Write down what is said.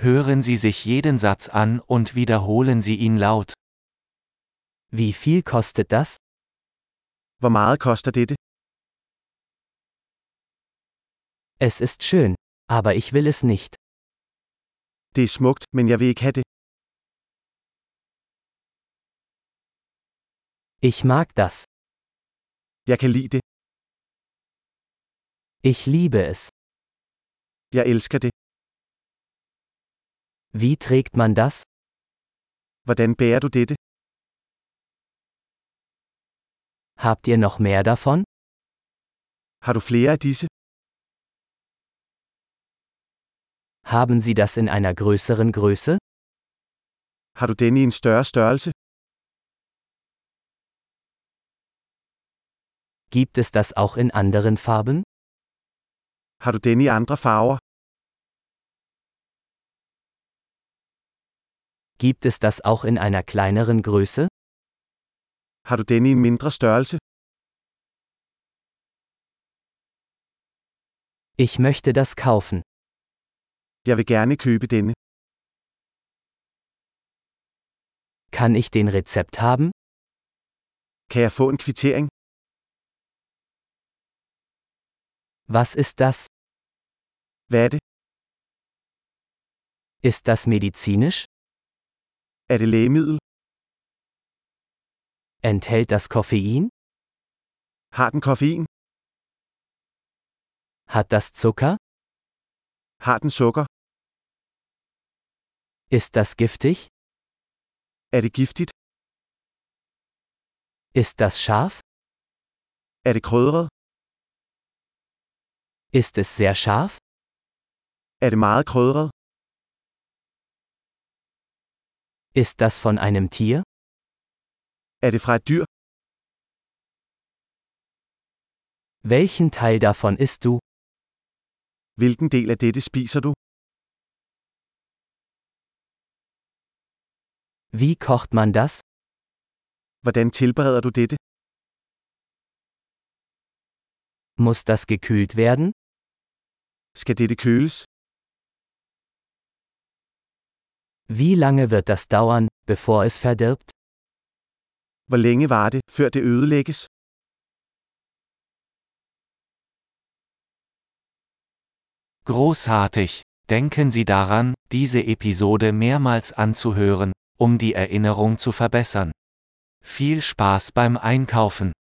Hören Sie sich jeden Satz an und wiederholen Sie ihn laut. Wie viel kostet das? Hvor meget koster dette? Es ist schön, aber ich will es nicht. Det er smukt, men jeg vil ikke have det. Ich mag das. Jeg kan lide det. Ich liebe es. Jeg elsker det. Wie trägt man das? Hvordan bærer du dette? Habt ihr noch mehr davon? Har du flere af disse? Haben Sie das in einer größeren Größe? Har du denne i en større størrelse? Gibt es das auch in anderen Farben? Har du denne i andre farver? Gibt es das auch in einer kleineren Größe? Har du denne i en mindre størrelse? Ich möchte das kaufen. Jeg vil gerne købe denne. Kann ich den Rezept haben? Kan jeg få en kvittering? Was ist das? Hvad er det? Ist das medizinisch? Er det lægemiddel? Enthält das Koffein? Har den koffein? Hat das Zucker? Har den sukker? Ist das giftig? Er det giftigt? Ist das scharf? Er det krydret? Ist es sehr scharf? Er det meget krydret? Ist das von einem Tier? Er det fra et dyr? Welchen Teil davon isst du? Hvilken del af dette spiser du? Wie kocht man das? Hvordan tilbereder du dette? Muss das gekühlt werden? Skal dette køles? Wie lange wird das dauern, bevor es verdirbt? Hvor længe var det, før det ødelægges? Großartig! Denken Sie daran, diese Episode mehrmals anzuhören, um die Erinnerung zu verbessern. Viel Spaß beim Einkaufen!